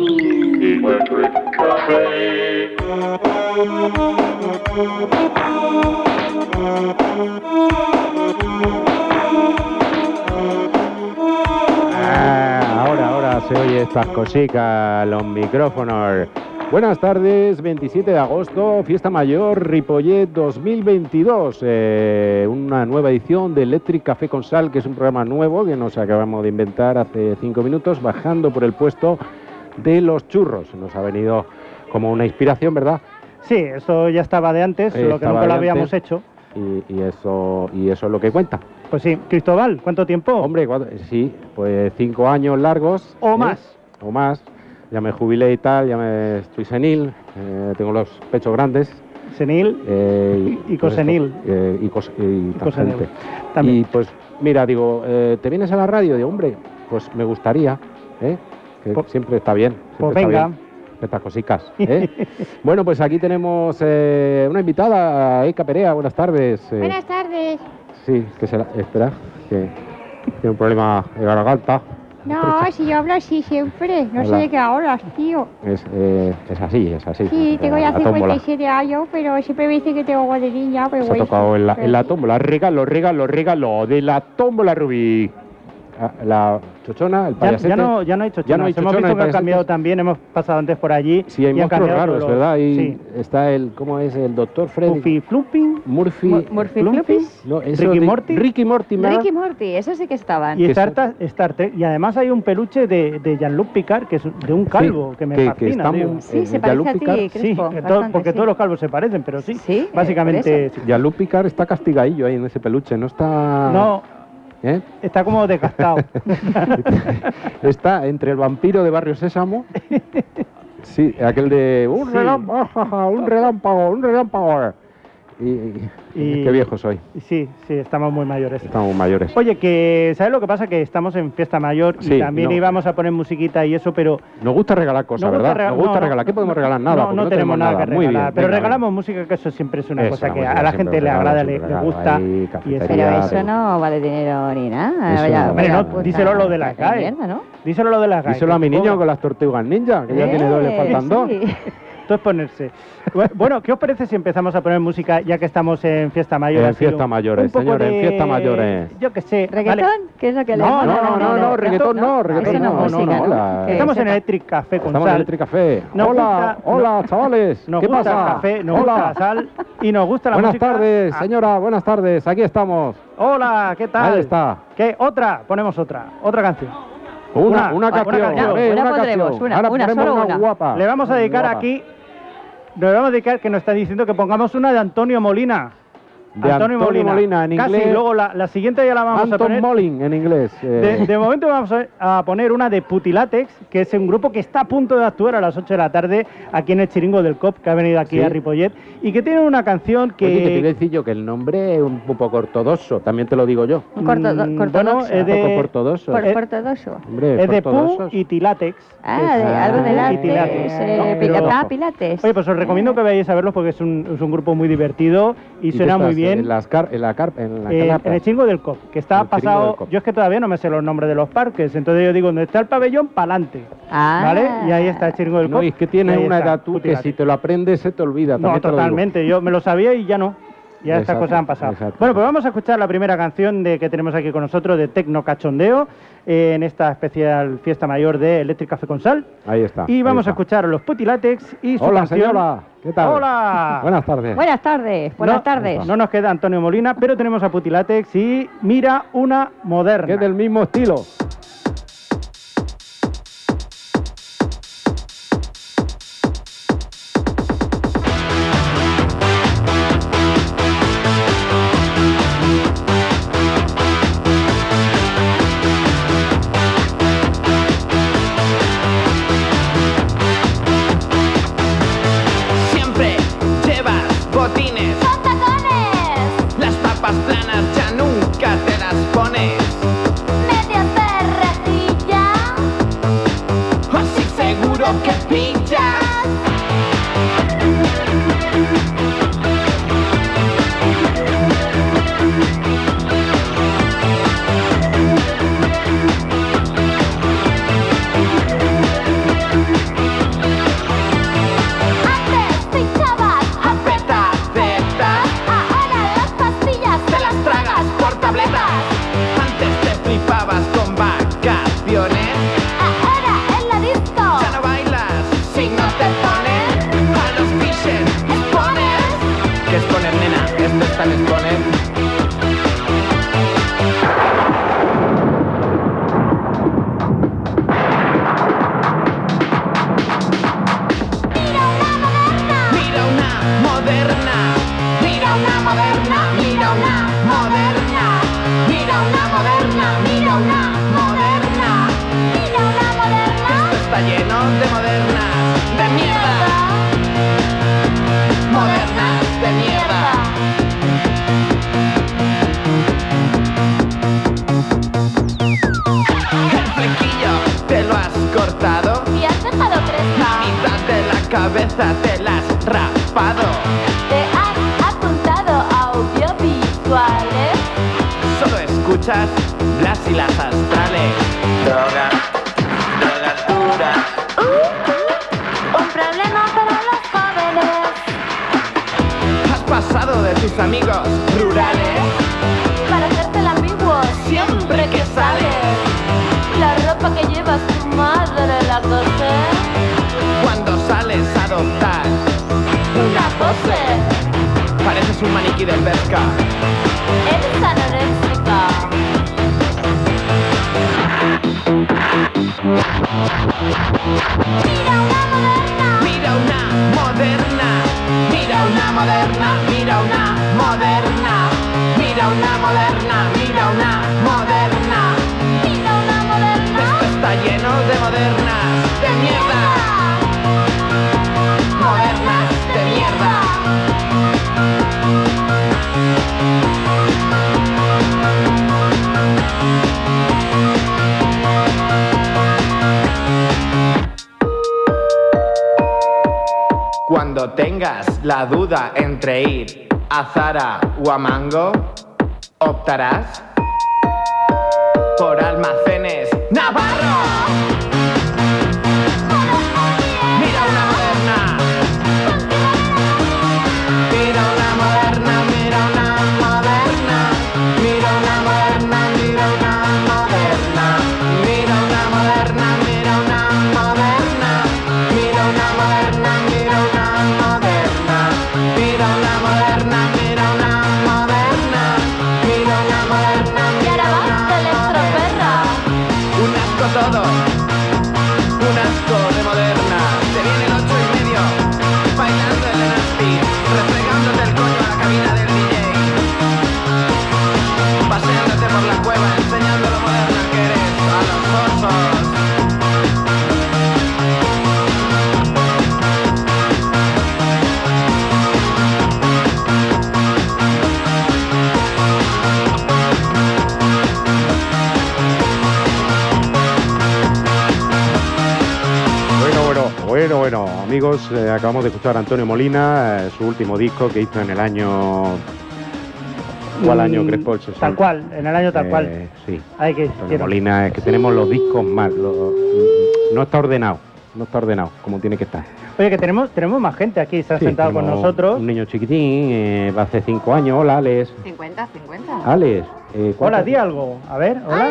Electric Cafe. Ah, ahora, ahora se oye estas cositas, los micrófonos. Buenas tardes, 27 de agosto, Fiesta Mayor Ripollet 2022. eh, una nueva edición de Electric Café con Sal, que es un programa nuevo que nos acabamos de inventar hace cinco minutos, bajando por el puesto de los churros. Nos ha venido como una inspiración, ¿verdad? Sí, eso ya estaba de antes, Eh, lo que nunca estaba de lo antes. habíamos hecho. Y, y eso, y eso es lo que cuenta. Pues sí, Cristóbal, ¿cuánto tiempo? Hombre, cuatro- sí, pues cinco años largos. O ¿eh? más. o más. Ya me jubilé y tal, ya me estoy senil, eh, tengo los pechos grandes. Senil eh, Y- y todo esto, cosenil. eh, y cos- y y cosa de- tangente. También. Y pues, mira, digo, eh, ¿te vienes a la radio? Digo, hombre, pues me gustaría, ¿eh? que Pues- siempre está bien. siempre pues está venga, bien Estas cositas. ¿eh? bueno, pues aquí tenemos eh, una invitada, Eka Perea, buenas tardes. eh, Buenas tardes. Sí, que se la- Espera, que tiene un problema de garganta. No, si yo hablo así siempre. No sé Hola. de qué hablas, tío. Es, eh, es así, es así. Sí, tengo ya La tómbola. 57 años, pero siempre me dicen que tengo voz de niña, pero Se ha bueno. tocado en la, pero en la sí. tómbola. Regalo, regalo, regalo de la tómbola Rubí. Ah, La chochona, el ya, payasete. ya no, ya no he hecho Ya no hay hemos chochonas, visto que ha payasetes. cambiado también, hemos pasado antes por allí. Sí, hay y han monstruos cambiado raros, los- ¿verdad? Y Sí. está el, ¿cómo es? El doctor Freddy. Puffy Flumping, Murphy. Mur- Murphy Plumpy. Plumpis no, eso Ricky de- Morty. Ricky Mortimer. Ricky Morty, eso sí que estaban. y que Star, son- Ta- Star Trek. Y además hay un peluche de, de Jean-Luc Picard, que es un- de un Sí, calvo, que me que- que fascina. está tío. muy- Sí, eh, se Jean-Luc parece a ti, Picard. Sí, Crespo. que todo- bastante, porque sí. todos los calvos se parecen, pero sí. Sí, eh, por básicamente. eso. sí. Jean-Luc Picard está castigadillo ahí en ese peluche, no está. No, ¿eh? está como desgastado. Está entre el vampiro de Barrio Sésamo. sí, aquel de. uh, Un Sí. relámpago, jaja, un relámpago, un relámpago. Y, Y- Qué viejo soy. sí, sí, estamos muy mayores. Estamos mayores. Oye, que ¿sabes lo que pasa? Que estamos en fiesta mayor Sí, y también no. íbamos a poner musiquita y eso, pero Nos gusta regalar cosas, Nos gusta ¿verdad? regalar- Nos gusta no, no, regalar. ¿Qué podemos no, regalar? Nada. no, porque no tenemos nada, que Muy regalar. bien, pero venga, regalamos música, que eso siempre es una Eso, cosa que bueno, a la siempre gente le regalo, agrada, le, siempre le regalo, gusta. ahí, y cafetería, eso, Pero Sería- eso no vale dinero ni nada. Eso no vale vaya nada. puta Díselo lo de la GAE. mierda, ¿no? díselo lo de las gays. Díselo a mi que niño cobra. con las tortugas ninja, que ya tiene dos, le Eh, faltan dos. sí. Esto es ponerse. Bu- Bueno, ¿qué os parece si empezamos a poner música ya que estamos en fiesta mayor? En Así un- fiesta mayores, un poco señores, en de- fiesta mayores. Yo qué sé. vale. ¿Reggaetón? ¿Qué es lo que le No, mola? no, no, no, no, reggaetón no, reggaetón Eso no, no, es no, música, no, hola. Que Estamos en sepa. Electric Café con Estamos en sal. Electric Café. Nos hola, gusta- hola, chavales. Nos ¿Qué gusta pasa? el café, nos hola. gusta la sal y nos gusta la Buenas música. tardes, señora. Buenas tardes. Aquí estamos. Hola, ¿qué tal? Ahí está. ¿Qué? ¿Otra? Ponemos otra. Otra canción. Una, Una, una una canción. canción. eh, Una pondremos, canción. una, una, Ahora ponemos solo una, una. guapa. Le vamos a Una dedicar guapa. aquí. Le vamos a dedicar que nos está diciendo que pongamos una de Antonio Molina. De Antonio Molina, en Casi, inglés. Luego la, la siguiente ya la vamos a Anton poner. Molin en inglés. eh, De, de momento vamos a, a poner una de Putilatex, que es un grupo que está a punto de actuar a las 8 de la tarde aquí en el Chiringo del COP, que ha venido aquí Sí. a Ripollet, y que tiene una canción que... Oye, que te voy a decir yo que el nombre es un poco ortodoxo, también te lo digo yo. Un corto, Mm, corto bueno, doxo. es de- Un poco ortodoxo. Por- eh, cortodoxo. Hombre, es de Pu ortodoxos. y Tilatex. Ah, que es- de, Ah, algo y del arte, Pilates. eh, No, pila- Eh. pero- ah, pilates. Oye, pues os recomiendo que vayáis a verlos porque es un, es un grupo muy divertido y, tú suena muy estás bien. En, las car- en la carpa, en la Eh, carpa. en el chingo del COP, que está El Chiringo del pasado. Cop. Yo es que todavía no me sé los nombres de los parques, entonces yo digo, donde está el pabellón, pa'lante. Ah. ¿Vale? Y ahí está el chingo del No, COP. y es que tienes y ahí una está, edad tú que Putilates. si te lo aprendes se te olvida. No, también te lo digo. totalmente. Yo me lo sabía y ya no. Ya estas Exacto, cosas han pasado. exacto. Bueno, pues vamos a escuchar la primera canción de, que tenemos aquí con nosotros de Tecno Cachondeo eh, en esta especial fiesta mayor de Electric Café con Sal. Ahí está. Y ahí vamos a está. escuchar a los Putilatex y su Hola, canción- señora. ¿Qué tal? Hola. Buenas tardes. Buenas tardes, buenas No, tardes. No nos queda Antonio Molina, pero tenemos a Putilatex y mira una Que moderna. es del mismo estilo. Siempre llevas botines, ¡Son tacones! las papas planas ya nunca te las pones. ¡Medias de ratilla! Así seguro que pillas. se les ponen. Mira una moderna, mira una moderna, mira una moderna, mira una moderna, mira una moderna. Mira una Esto moderna. está lleno de modernas, de mierda, Mierda. modernas de mierda. El flequillo te lo has cortado, Y has dejado la crespa. mitad de la cabeza te la has rapado. Te has apuntado a audiovisuales. Solo escuchas las y las astrales. Droga, drogas duras. Un problema para los jóvenes. Has pasado de tus amigos rurales. Para hacerte el ambiguo siempre que sales. La ropa que llevas tu madre la cose. Cuando sales a adoptar Una pose. pareces un maniquí del Berska. Eres anoréxica. Mira una moderna, mira una moderna, mira una moderna, mira una moderna, mira una moderna. Mira una Esto moderna. está lleno de modernas, de mierda, modernas, de mierda. Cuando tengas la duda entre ir a Zara o a Mango, optarás por almacenes Navarro. Mira una moderna. Mira una moderna, mira una moderna. Mira una moderna, mira una moderna. Mira una moderna, mira una moderna. Mira una moderna, mira una moderna. Mira una moderna, mira una moderna. Mira una moderna, Y mira ahora una vas de electroperra. un asco todo. Un asco de moderna. Te viene el ocho y medio. Bailando el nasty. Refregándote el coño a la cabina del DJ. Paseándote por la cueva. Enseñando lo moderna que eres a los osos. Bueno, bueno, bueno, bueno, amigos, eh, acabamos de escuchar a Antonio Molina, eh, su último disco que hizo en el año. ¿Cuál año, Mm, Crespo? El 60. Tal cual, en el año tal Eh, cual. Sí. Hay que Antonio quiero. Molina, es que tenemos los discos mal. lo- mm, no está ordenado, no está ordenado como tiene que estar. Oye, que tenemos, tenemos más gente aquí, se ha Sí, sentado con tenemos nosotros. Un niño chiquitín, eh, va hace cinco años. Hola, Alex. 50, 50. Alex. eh, Hola, ¿cuántos- di algo. A ver, hola.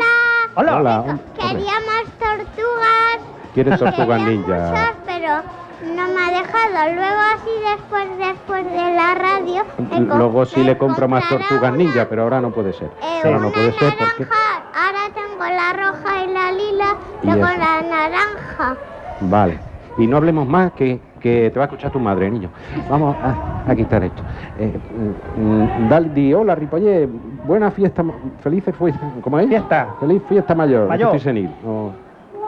Hola. Hola, hom- hombre, Queríamos tortugas. ¿Quieres tortuga quería ninja? muchas, pero no me ha dejado. Luego así después, después de la radio... he co- Luego sí me le compro más comprará tortugas una, ninja, pero ahora no puede ser. eh, Ahora no una puede ser naranja. porque. Ahora tengo la roja y la lila, Y luego eso. la naranja. Vale. Y no hablemos más que, que te va a escuchar tu madre, niño. Vamos ah, a, a quitar esto. Eh, mm, mm, dal- di hola, Ripollé. Buena fiesta. ma- Felices fiestas. ¿Cómo es? Fiesta. Feliz fiesta mayor. Mayor. Estoy senil. No-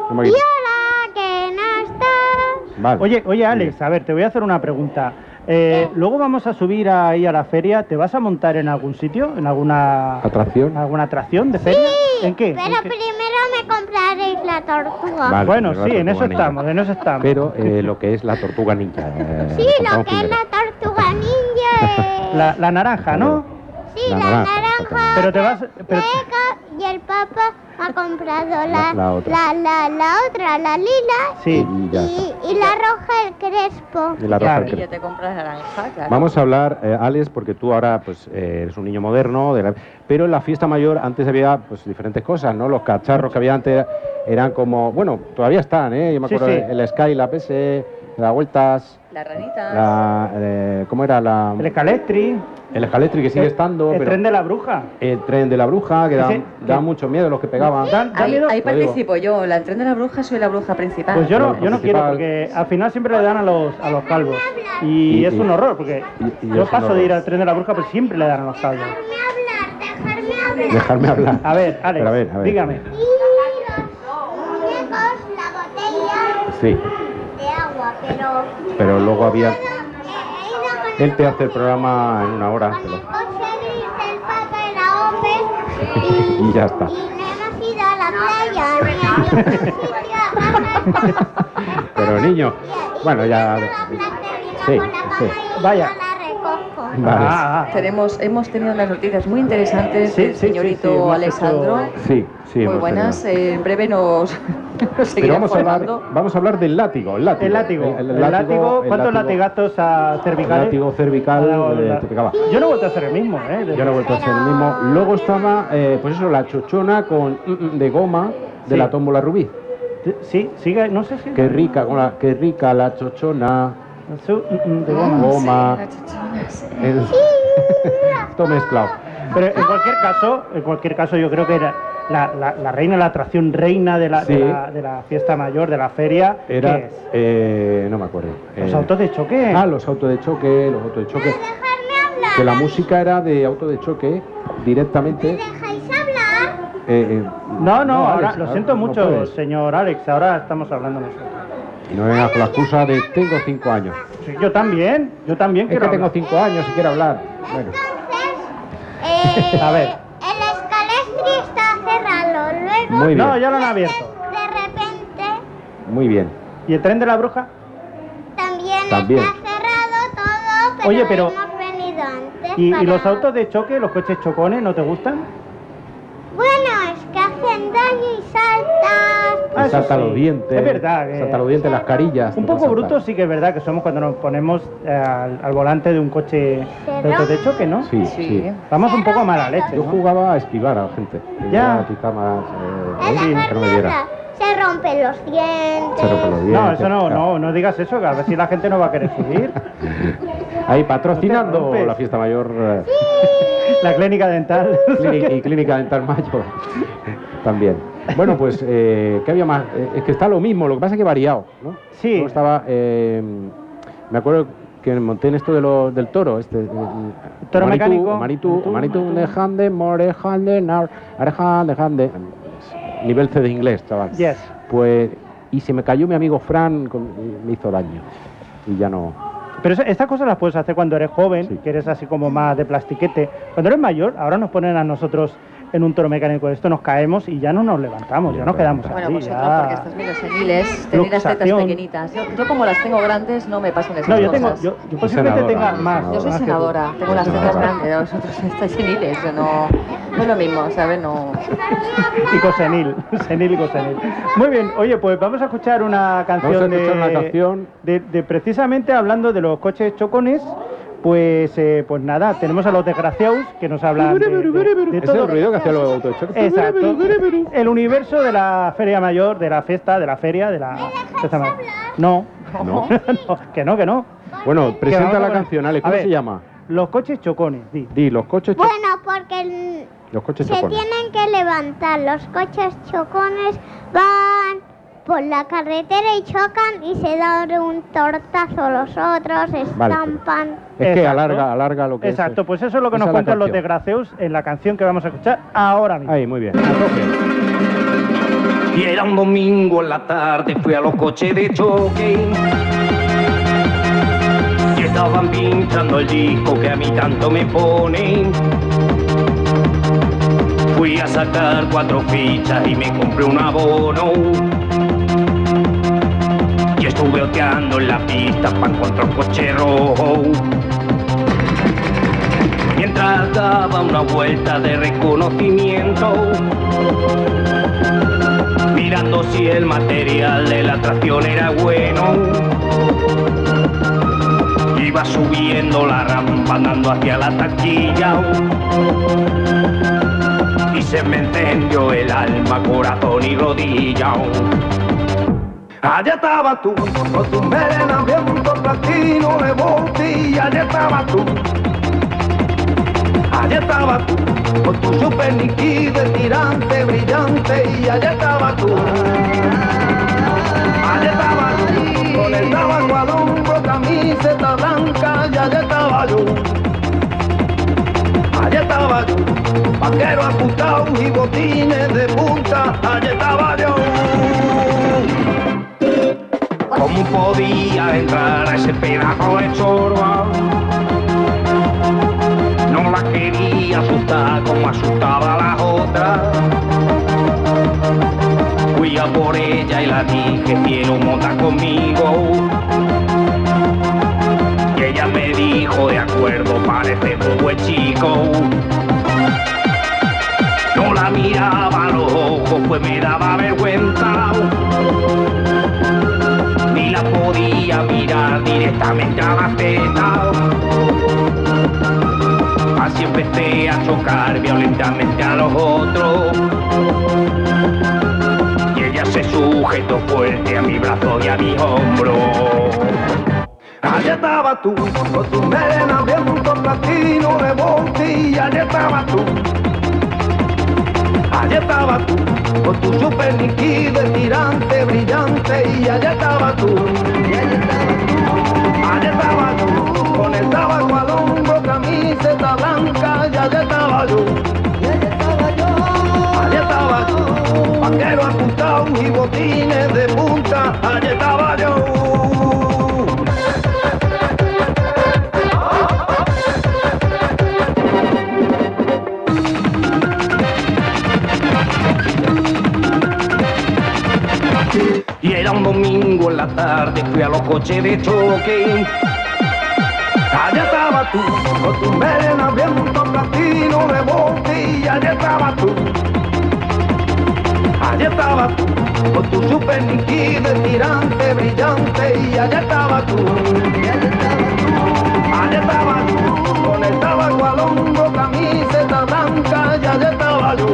no me Y acuerdo. hola, que no estás. Vale. Oye, oye, Alex, a ver, te voy a hacer una pregunta. Eh, luego vamos a subir ahí a la feria. ¿Te vas a montar en algún sitio? ¿En alguna, Atracción. en alguna atracción de feria? ¿En qué? Pero ¿En qué? primero me compraréis la tortuga. Vale, bueno, primero sí, la en eso tortuga ninja. estamos, en eso estamos. Pero eh, lo que es la tortuga ninja. eh, Sí, lo contamos que es primero. la tortuga ninja. eh. La, la naranja, ¿no? sí, la, naranja, naranja. Pero te vas. pero- Meca, y el papá ha comprado La- la, la La, otra. la- la otra, la lila. sí. Y ya está. Y, y la roja, el crespo. Y la roja Claro. al Y cre- yo te compras naranja, claro. Vamos a hablar, eh, Alex, porque tú ahora pues eh, eres un niño moderno, de la- pero en la fiesta mayor antes había pues diferentes cosas, ¿no? Los cacharros que había antes eran como, bueno, todavía están, ¿eh? Yo me Sí, acuerdo sí. el Sky, la PS, da vueltas. La ranita. La, eh, ¿Cómo era la...? El escaletri, El escaletri que sigue estando, el pero... tren de la bruja. El tren de la bruja, que da, Ese- da mucho miedo los que pegaban. Dan- dan Ahí, miedo- ahí Lo digo. participo yo. La el tren de la bruja soy la bruja Ah. principal. Pues yo no, Los yo no quiero principal- porque al final siempre le dan a los, a los calvos. Y, Y- es y- un horror porque y- y yo es un paso de horror. ir al tren de la bruja, pero siempre le dan a los calvos. Dejarme hablar, dejarme hablar. Dejarme hablar. A ver, Alex, Pero a ver, a ver. dígame. Y los muñecos, la botella Sí, de agua, pero... pero luego había... He Él ido te con hace el programa en una hora. te Con el lo- coche gris, el pata era hombre y, Y ya está. Y no hemos ido a la playa, ni a ningún sitio. Pero niño, bueno, ya... Yo la plasterina Sí, con la sí. cama y Vaya. no la recojo. Vale. Ah, ah, Tenemos, hemos tenido unas noticias muy interesantes Sí, del sí, sí, señorito sí, hemos Alexandro. hecho- Sí, sí. muy hemos buenas. tenido- eh, en breve nos, nos Pero seguirá vamos a, hablar, formando. vamos a hablar del látigo. El látigo. El látigo. El, látigo. el ¿Cuántos látigo- latigazos a El cervicales? látigo Ha cervical dado eh, la- te pegaba. Yo no he vuelto a hacer el mismo, ¿eh? Yo no he vuelto a hacer el mismo. Luego estaba, eh, pues eso, la chochona con mm, mm, de goma de Sí. la tómbola rubí. Sí, sigue, no sé si. Qué rica, con la- qué rica la chochona. Su- mm, de Ah, goma. Goma. Las chichonas. Es- Todo mezclado. Pero en cualquier caso, en cualquier caso, yo creo que era la, la- la reina, la atracción reina de la, de Sí. la- de la fiesta mayor, de la feria, ¿qué Era, es? eh, no me acuerdo. Los Eh, autos de choque. Ah, los autos de choque, los autos de choque. Dejarme hablar. Que la música era de auto de choque directamente. eh, ¿Dejáis hablar? eh, no, no, ahora, Alex, lo ahora siento no mucho, puedes. señor Alex, ahora estamos hablando nosotros. Y no vengas con la excusa de tengo cinco años. Sí, yo también, yo también Es quiero que tengo hablar. cinco años y quiero hablar. Bueno, Entonces, eh, A ver. el escalestri está cerrado. Luego, Muy bien. No, ya lo han abierto. de repente, muy bien. ¿Y el tren de la bruja? también, También. está cerrado todo, pero, Oye, pero- hemos venido antes ¿Y, y los para- autos de choque, los coches chocones, no te gustan? Bueno, es que hacen daño y saltan. Ah, Te eso salta sí. los dientes. Es verdad que- Salta los dientes, las carillas. Un poco te puede saltar. brutos sí que es verdad que somos cuando nos ponemos eh, al, al volante de un coche de autos de choque, ¿no? Sí, sí. Sí. Vamos un poco a mala leche, Yo ¿no? jugaba a esquivar a la gente. Ya. Era Quizá más. eh, En la eh, que no me carniza viera. se rompen los dientes. Se rompen los dientes. No, eso no, claro. no, no digas eso, que a ver si la gente no va a querer subir. Ahí No patrocinando te rompes. la fiesta mayor eh, La clínica dental. clínica- y clínica dental mayor también. Bueno, pues, eh, ¿qué había más? Eh, es que está lo mismo, lo que pasa es que variado, ¿no? Sí. Luego estaba. eh, me acuerdo que monté en esto de lo- del toro, este. eh, Toro Manitou, mecánico. Manitou, Manitou, Manitou, Manitou. Nejande, More, Hande, Nar, Arjande, Hande. Nivel C de inglés, chaval. Yes. Pues, y se me cayó mi amigo Fran, con- y me hizo daño. Y ya no. Pero eso- estas cosas las puedes hacer cuando eres joven, Sí. que eres así como más de plastiquete. Cuando eres mayor, ahora nos ponen a nosotros en un toro mecánico. Esto nos caemos y ya no nos levantamos, Ya ya nos no quedamos levanta. ahí. Bueno, vosotros, ya. porque estos medios seniles, tenéis las tetas Luxación. pequeñitas. Yo, yo como las tengo grandes, no me pasan esas No, yo tengo, cosas. yo, yo posiblemente senadora, tenga yo más. Yo soy más que tú. senadora, tengo las tetas Senadora. grandes, vosotros estáis seniles, yo no, no es lo mismo, ¿sabes? No. Y cosenil, senil y cosenil. Muy bien, oye, pues vamos a escuchar una canción. Vamos a escuchar de- una canción. De, de precisamente hablando de los coches chocones, pues, eh, pues nada, tenemos a los desgraciados que nos hablan de, de- de Ese es todo. el ruido que hacía los autos. Exacto. El universo de la feria mayor, de la fiesta, de la feria, de la fiesta mayor. No. No, No. que no, que no. Bueno, Que presenta vamos la a- canción, Ale. a ¿Cómo ver. se llama? Los coches chocones, di. Di, los coches cho- Bueno, porque el- Los coches se chocones. tienen que levantar. Los coches chocones van por la carretera y chocan y se dan un tortazo los otros, estampan. Es que Exacto. alarga, alarga lo que es, Exacto, eh. pues eso es lo que Esa nos es la cuentan los canción. desgraciados en la canción que vamos a escuchar ahora mismo. Ahí, muy bien. Y era un domingo en la tarde, fui a los coches de choque. Y estaban pintando el disco que a mí tanto me ponen. Fui a sacar cuatro fichas y me compré un abono. Y estuve oteando en la pista para encontrar un coche rojo. Mientras daba una vuelta de reconocimiento, mirando si el material de la atracción era bueno. Iba subiendo la rampa andando hacia la taquilla y se me encendió el alma, corazón y rodilla. Allá estaba tú, con tu melena viento platino de Monty, allá estaba tú. Allá estaba tú, con tu super líquido estirante, brillante, y allá estaba tú. Allá estaba tú, con el tabaco al hombro, camiseta blanca, y allá estaba yo. Allá estaba yo, vaquero ajustado y botines de punta, allá estaba yo. ¿Cómo podía entrar a ese pedazo de chorba? No la quería asustar como asustaba a las otras. Fui a por ella y la dije, quiero montar conmigo. Y ella me dijo, de acuerdo, parece un buen chico. No la miraba a los ojos, pues me daba vergüenza ni la podía mirar directamente a la teta. Así empecé a chocar violentamente a los otros. Y ella se sujetó fuerte a mi brazo y a mi hombro. Allá estaba tú, con tu melena viento platino de Monty, y allá estaba tú. Allá estaba tú, con tu super líquido estirante, brillante, y allá estaba tú. Allá estaba tú, con el tabaco al hombro, camiseta blanca, y allá estaba yo. Allá estaba yo, vaquero ajustado y botines de punta, allá estaba yo. Y era un domingo en la tarde, fui a los coches de choque. Allá estaba tú, con tu melena viento platino rebote y allá estaba tú. Allá estaba tú, con tu super líquido estirante, brillante y allá estaba tú. Allá estaba tú, con el tabaco al hombro, camiseta blanca y allá estaba yo.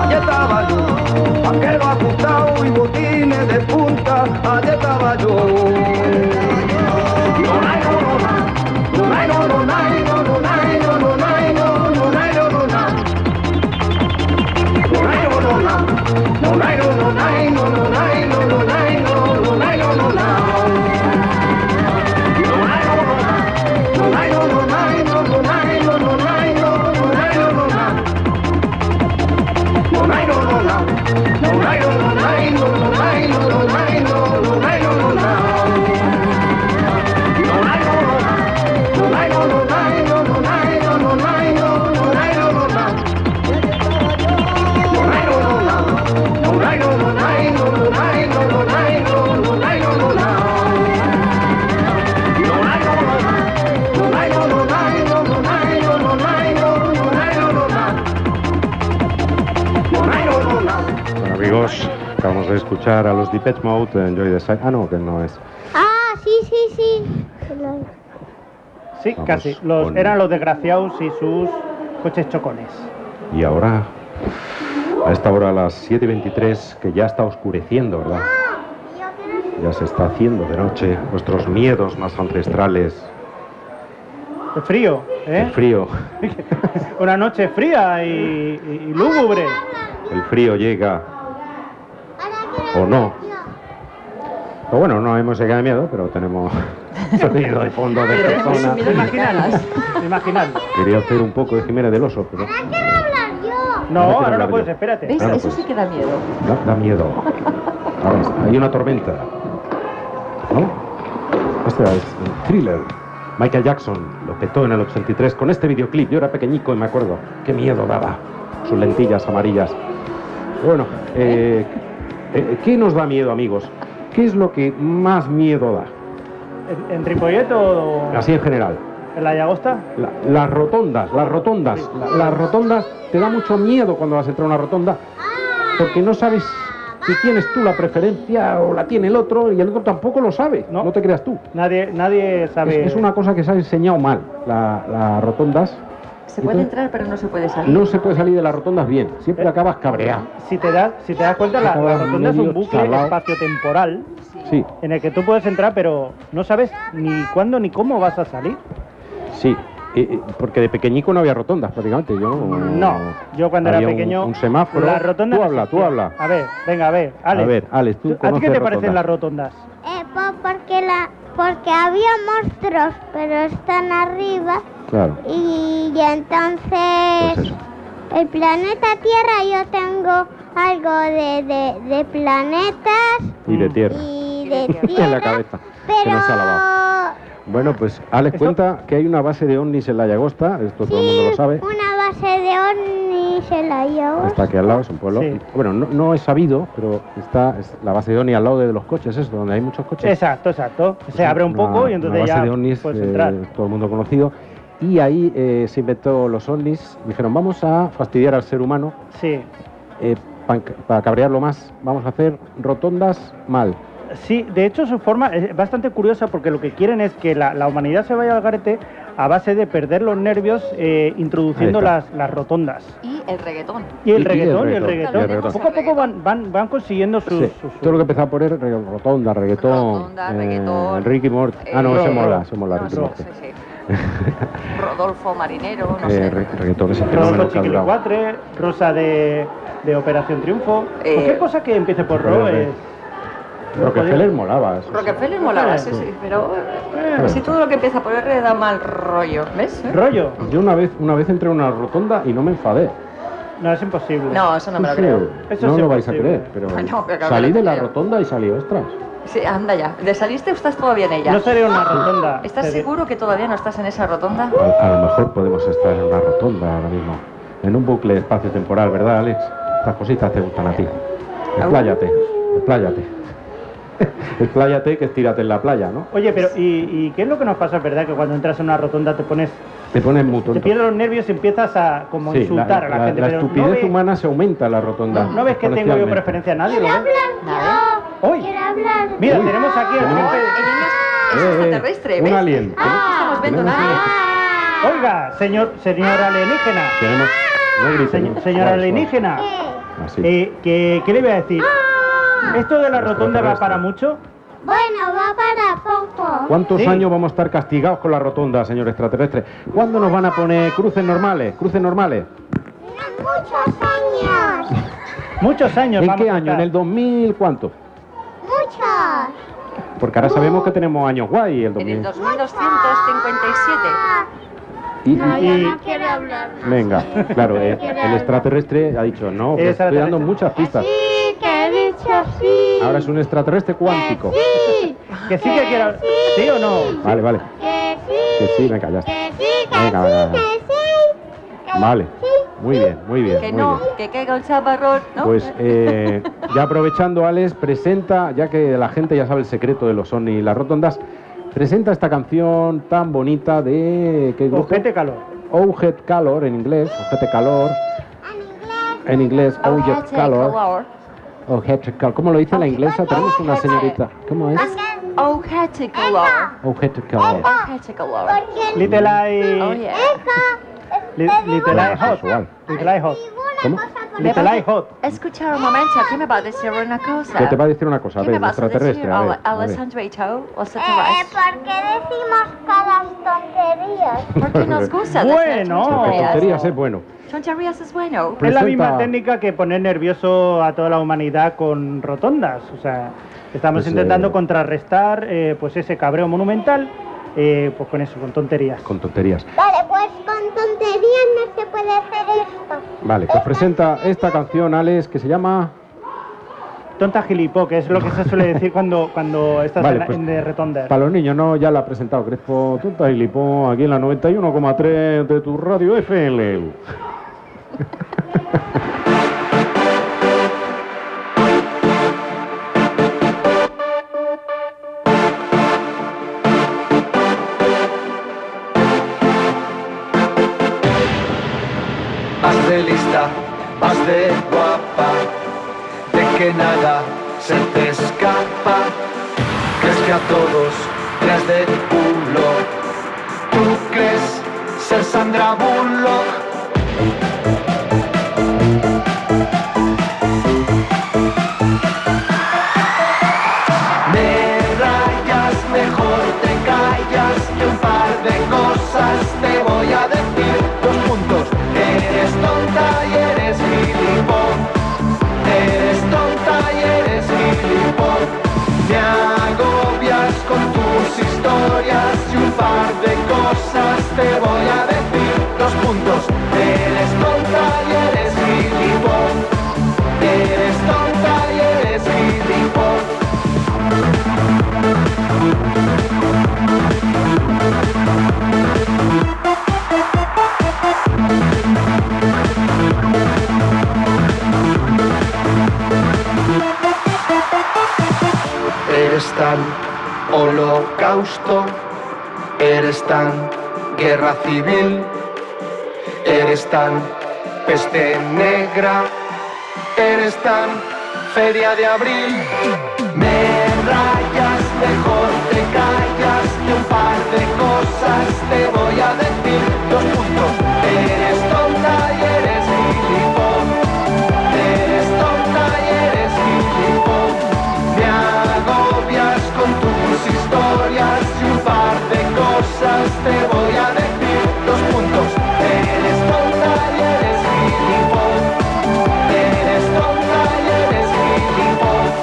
Allá estaba yo, vaquero ajustado y botines de punta, allá estaba yo. Nonay, no, no, na. Nonay, no, no, nay, no, no, nay, no, no, nay, no, no, nay, no, no, na. Nonay, no, no, na. Nonay, no, no, nay, no, no, nay, no, no, nay, no, no, nay, no, no, na. Nonay, no, no, na. Nonay, no, no, nay, no, no, nay, no, no, nay, no, no, nay, no, no, na. Bueno, amigos, acabamos de escuchar a los Depeche Mode, Enjoy the Side. Ah, no, que no es. Ah, sí, sí, sí. Lo- Sí, Vamos casi. Los, con- Eran los desgraciados y sus coches chocones. Y ahora, a esta hora, a las 7.23, que ya está oscureciendo, ¿verdad? Ya se está haciendo de noche. Nuestros miedos más ancestrales. El frío, ¿eh? El frío. Una noche fría y, y- y lúgubre. El frío llega. ¿O no? O bueno, no hemos llegado de miedo, pero tenemos sonido de fondo de Pero hemos persona. sumido en camas. Imaginad. Quería hacer un poco de Jimena del Oso, pero No, Déjame ahora hablar no yo. puedes, espérate. ¿Veis? Claro, Eso pues. sí que da miedo. da, da miedo. Ahora está, hay una tormenta. ¿No? Este es un thriller. Michael Jackson lo petó en el 83 con este videoclip. Yo era pequeñico y me acuerdo. Qué miedo daba. Sus lentillas amarillas. Bueno, eh, eh, ¿qué nos da miedo, amigos? ¿Qué es lo que más miedo da? ¿En, en Ripollet o Así en general. en la Llagosta? La- las rotondas, las rotondas, la- las rotondas, te da mucho miedo cuando vas a entrar a una rotonda, porque no sabes si tienes tú la preferencia o la tiene el otro y el otro tampoco lo sabe, no, No. te creas tú. Nadie, nadie Es, sabe. es una cosa que se ha enseñado mal, la- las rotondas, Se puede entrar, pero no se puede salir. No se puede salir de las rotondas bien, Eh. siempre acabas cabreado. Si te das, si te das cuenta, la, la rotonda es un bucle Chalao. espacio-temporal Sí, en el que tú puedes entrar, pero no sabes ni cuándo ni cómo vas a salir. sí. Eh, eh, porque de pequeñico no había rotondas prácticamente. Yo No, yo cuando había era un- pequeño. Un, semáforo. La rotonda Tú no habla, tú existía. habla. A ver, venga, a ver, Alex. A ver, Alex, tú ¿A ti qué conoces te parecen rotondas. las rotondas? Eh, po- porque, la, porque había monstruos, pero están arriba. Claro. Y, entonces. Pues eso. el planeta Tierra, yo tengo algo de, de, de planetas Y de Mm. tierra. y de tierra. En la cabeza. Pero. Que no se ha lavado. Bueno, pues Alex Esto- cuenta que hay una base de ovnis en la Llagosta, esto todo el mundo lo sí, sabe. Una base de ovnis en la Está aquí al lado, es un pueblo. Sí. Bueno, no, no es sabido, pero está es la base de ovnis al lado de los coches, es donde hay muchos coches. Exacto, exacto. Se Una- abre un poco y una entonces base ya de ovnis, puedes eh, entrar. todo el mundo conocido. Y ahí eh, se inventó los ovnis. Dijeron, vamos a fastidiar al ser humano eh, Sí. para cabrearlo más. Vamos a hacer rotondas mal. Sí, de hecho su forma es bastante curiosa porque lo que quieren es que la, la humanidad se vaya al garete a base de perder los nervios eh, introduciendo Ahí está. las, las rotondas. Y el reggaetón. Y el Y- y el reggaetón, y el reggaetón, reggaetón. y el reggaetón. Poco a poco van, van, van consiguiendo sus... Sí, sus- todo lo que empezaba a poner re- rotonda, reggaetón, eh, Rotonda, reggaetón, Ricky Morty. Ah, no, eh, ese no, mola, no, ese mola, no, Ricky sé, Morty. sí, sí. Rodolfo Marinero, no Eh, sé. re- reggaetón es el fenómeno Rodolfo que ha durado. Chiquilicuatre, Rosa de, de Operación Triunfo. Eh, Cualquier cosa que empiece por Ro Rockefeller. es... Rockefeller molaba. eso sí. Rockefeller molaba, sí, sí, pero eh, si todo lo que empieza por R da mal rollo, ¿ves? Rollo. Yo una vez, una vez entré en una rotonda y no me enfadé. No, es imposible. No, eso no me lo creo. Ah, Eso no sí lo es vais a posible. creer, pero No, pero claro salí que de no la creo. rotonda y salí, ostras. Sí, anda ya. ¿De saliste o estás todavía en ella? No sería una rotonda. ¿Estás Sería- seguro que todavía no estás en esa rotonda? A, a lo mejor podemos estar en una rotonda ahora mismo, en un bucle espacio-temporal, ¿verdad, Alex? Estas cositas te gustan a ti. Expláyate, expláyate. expláyate que estírate en la playa, ¿no? Oye, pero ¿y, y qué es lo que nos pasa, verdad? Que cuando entras en una rotonda te pones... Te pones muy Te tonto. pierdes los nervios y empiezas a como Sí, insultar a la, gente. la pero no estupidez ve- humana se aumenta en la rotonda. ¿No ves que tengo yo exponencialmente. preferencia a nadie? ¿lo ves? Nada. ¡Hoy! Quiero hablar. Mira, tenemos aquí al Tenemos- jefe. Ah. Es Eh, eh, extraterrestre, un ¿ves? alien. Ah, No estamos viendo Tenemos- nada. Oiga, señor, señora alienígena. Tenemos... No grites, Señ- no. señora Vale, alienígena. vale. Así. Eh, que- ¿Qué le iba a decir? Ah. ¿Esto de la Nuestro rotonda va terrestre. para mucho? Ah, Bueno, va para poco. ¿Cuántos Sí. años vamos a estar castigados con la rotonda, señor extraterrestre? ¿Cuándo nos van a poner cruces normales? Cruces normales. Ah, Muchos años. Muchos años. ¿En vamos qué a año? ¿En estar. el 2000 cuánto? Muchos. Porque ahora sabemos que tenemos años guay, el Uh. En el 2000. 2257. Y- y- yo no no quiero hablar más. venga, claro, eh, el extraterrestre ha dicho, no, El estoy extraterrestre. dando muchas pistas. Sí, que he dicho sí. Ahora es un extraterrestre cuántico. Sí, ¿Que sí que quiero... Sí. ¿Sí o no? Vale, vale. que sí. Que sí, venga, ya está. Que sí, que Venga, sí, venga, que sí. Que Vale. sí. Muy bien, muy bien. Que Eh, muy no, bien. que caiga el chaparrón, ¿no? Pues eh, ya aprovechando, Alex, presenta, ya que la gente ya sabe el secreto de los ovnis y las rotondas, presenta esta canción tan bonita de... ¿qué grupo? Ojete calor. Ojet Calor en inglés, Ojete Calor En inglés. en inglés, Ahora Ojet take Calor, color. Ojet Calor. ¿Cómo lo dice la inglesa? Tenemos una Ojete. señorita. ¿Cómo es? Porque, Oh, catchy color. Ojet ¿Eh? Calor. Oh, catchy color. porque Little Oh, Eye... yeah. li- Little Eye Hot. Sexual. Little Eye Hot. ninguna ¿Cómo? cosa por Little Eye Hot. Escuchar un momento, ¿qué me va a decir una cosa? Que te va a decir una cosa, a ¿Qué me ver, vas a decir, extraterrestre, a ver, Ale- a ver. Alessandro Ito, o Eh, Satanás? ¿Por qué decimos cada tonterías? Porque nos gusta decir Bueno. Porque Oh. tonterías es bueno. Choncharías es bueno. Es la misma Presenta- técnica que poner nervioso a toda la humanidad con rotondas. O sea, estamos Pues, intentando eh, contrarrestar eh, pues ese cabreo monumental eh, pues con eso, con tonterías. Con tonterías. Vale, pues con tonterías no se puede hacer esto. Vale, pues presenta esta canción, Alex, que se llama... Tonta gilipó, que es lo que se suele decir cuando, cuando estás Vale, en, la- pues, en de rotondas. Para los niños, no, ya la ha presentado Crespo Tonta y Lipón aquí en la 91,3 de tu radio FL. Más de lista, más de guapa, de que nada se te escapa. Crees que a todos crees de culo, tú crees ser Sandra Bullock. Me rayas, mejor te callas que un par de cosas te voy a decir. Dos puntos. Eres tonta y eres gilipollas. Eres tonta y eres gilipollas. Me agobias con tus historias y un par de cosas te voy a decir. Dos puntos. Eres tonta y eres gilipollas. Eres tonta y eres gilipollas. Eres tan holocausto, eres tan guerra civil, eres tan peste negra, eres tan feria de abril. Me rayas, mejor te callas que un par de cosas te voy a decir. Dos puntos. Eres tonta y eres gilipollas. Eres tonta y eres gilipollas. Me agobias con tus historias y un par de cosas te voy a decir. Dos puntos. Eres tonta y eres gilipollas. Eres tonta y eres gilipollas.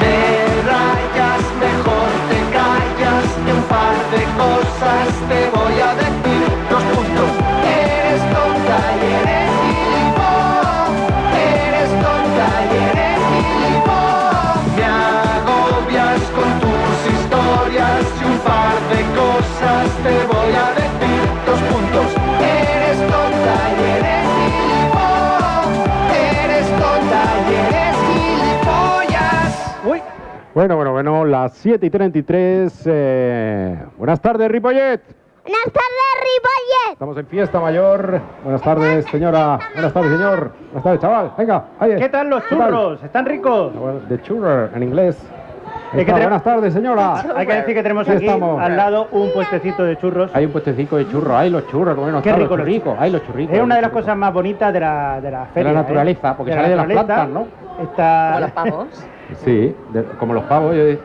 Me rayas, mejor te callas que un par de cosas te voy a decir. Dos puntos. Eres tonta y eres gilipollas. Eres tonta y eres gilipollas. Me agobias con tus historias y un par de cosas te voy a decir. Dos puntos. Eres tonta y eres gilipollas. Eres tonta y eres gilipollas. Uy, Bueno, bueno, bueno, las 7 y 33. eh, Buenas tardes, Ripollet. Buenas tardes, Ripollet. Estamos en fiesta mayor. Buenas tardes, señora. Buenas tardes, señor. Buenas tardes, chaval. Venga, ahí. ¿Qué tal los ¿Qué tal? churros? ¿Están ricos? Bueno, The churrer en inglés. Es que Está, tenemos- Buenas tardes, señora. Hay que decir que tenemos Aquí aquí estamos. al lado un puestecito de churros. Hay un puestecico de churros. Hay los churros. Bueno, Qué están rico los los churricos. churros. Hay los churricos. Es hay una de los las churricos. cosas más bonitas de la, de la feria. ¿eh? naturaleza, porque sale de las plantas, Está... Eh, Como los pavos. Sí, de- como los pavos. yo-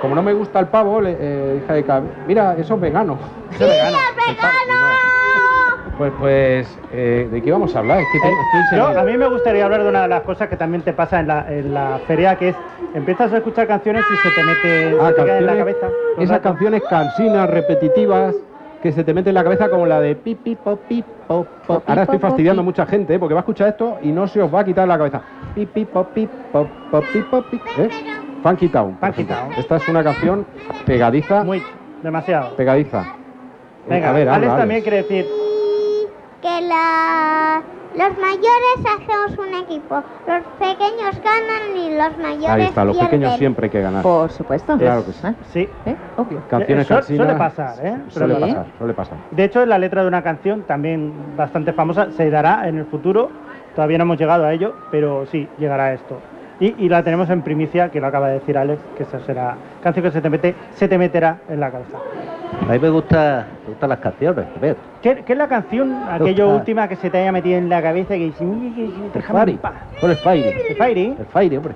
como no me gusta el pavo, le, eh, hija de cab- Mira, eso es vegano. Eso es vegano. El pavo, no. Pues, pues, eh, ¿de qué vamos a hablar? Es que Eh, tengo- estoy yo, enseñando- a mí me gustaría hablar de una de las cosas que también te pasa en la, en la feria, que es empiezas a escuchar canciones y se te mete Ah, se te cae en la canciones- cabeza. todo el esas rato. canciones cansinas, repetitivas, que se te meten en la cabeza como la de pi, pi, po, pi, po, po. Ahora estoy fastidiando a mucha gente, ¿eh? porque va a escuchar esto y no se os va a quitar la cabeza. Pi, pi, po, pi, po, po, pi, po, pi. ¿Eh? Funky Town. por Funky ejemplo. Town. Esta es una canción pegadiza. Muy, demasiado. Pegadiza. Eh, Venga, a ver, Alex habla, también Alex. quiere decir, que la- los mayores hacemos un equipo, los pequeños ganan y los mayores Ahí está, los pierden. pequeños siempre hay que ganar. Por supuesto. Claro que sí. ¿Eh? sí. ¿Eh? Obvio. Canciones Eh, su- cansinas. suele pasar, ¿eh? Suele Sí. pasar, suele pasar. De hecho, la letra de una canción, también bastante famosa, se dará en el futuro. Todavía no hemos llegado a ello, pero sí, llegará a esto. Y, y la tenemos en primicia, que lo acaba de decir Alex, que esa será canción que se te mete, se te meterá en la cabeza. A mí me, gusta, me gustan las canciones, ¿ves? ¿Qué, qué es la canción, aquello Gusta. última que se te haya metido en la cabeza y que dices, "Uy, uy, uy, El déjame en Fire. paz"? Por el Fire. ¿De Fairy? El Fire, hombre.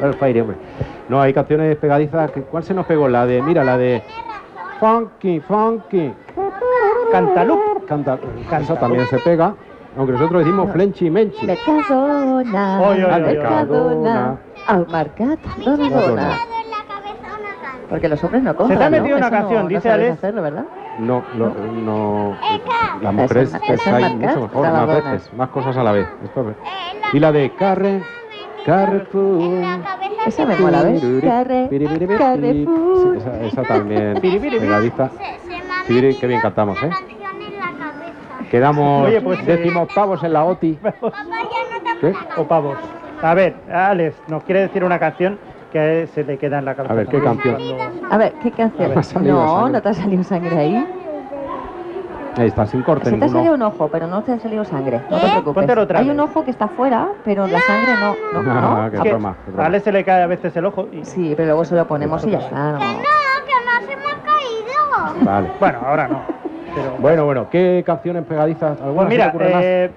Por el Fire, hombre. No, hay canciones pegadizas. que- ¿Cuál se nos pegó? La de, mira, la de. Funky, funky. Cantalup. Canta, Canta. Esa también se pega. Aunque nosotros decimos flenchy menchi. Mercadona. Oy, oy, oy, oy. Mercadona. Al Mercadona. Dona. Mercadona. Dado en la cabeza una canción. Porque los hombres no compran. te ha metido ¿no? una Eso no- canción, no dice sabéis Alex. hacerlo, ¿verdad? No, lo- no. Las Esa- mujeres esa pensáis marca, mucho mejor, más Mercadona. veces, más cosas a la vez. Esto es- Eh, Y la de Carre, Carrefour. En la cabeza Esa se, me mola, ¿ves? Carre, Piripiripiri. Carrefour. Sí, Esa, esa también. Piripiripiri. Pegadiza. se- se me ha Sí, mire, qué metido bien cantamos, una ¿eh? canción en la Quedamos Oye, pues, eh, décimos pavos en la OTI. ¿Qué? O pavos. A ver, Alex, nos quiere decir una canción que se le queda en la cabeza. A ver, ¿qué también canción? cuando- A ver, ¿qué canción? Ha salido No, sangre. no te ha salido sangre ahí. Ahí está, sin corte Sí te ha salido ninguno. un ojo, pero no te ha salido sangre. No te ¿Eh? preocupes. Póntelo otra Hay vez. un ojo que está fuera, pero la sangre no. No, no. Ah, qué Es que broma, qué broma. A Alex se le cae a veces el ojo. Y... Sí, pero luego se lo ponemos y ya está. Ah, no. No, que nos hemos caído. Vale. Bueno, ahora no. Pero... Bueno, bueno, ¿qué canciones pegadizas? Pues ¿Alguna se mira, te ocurre más? eh,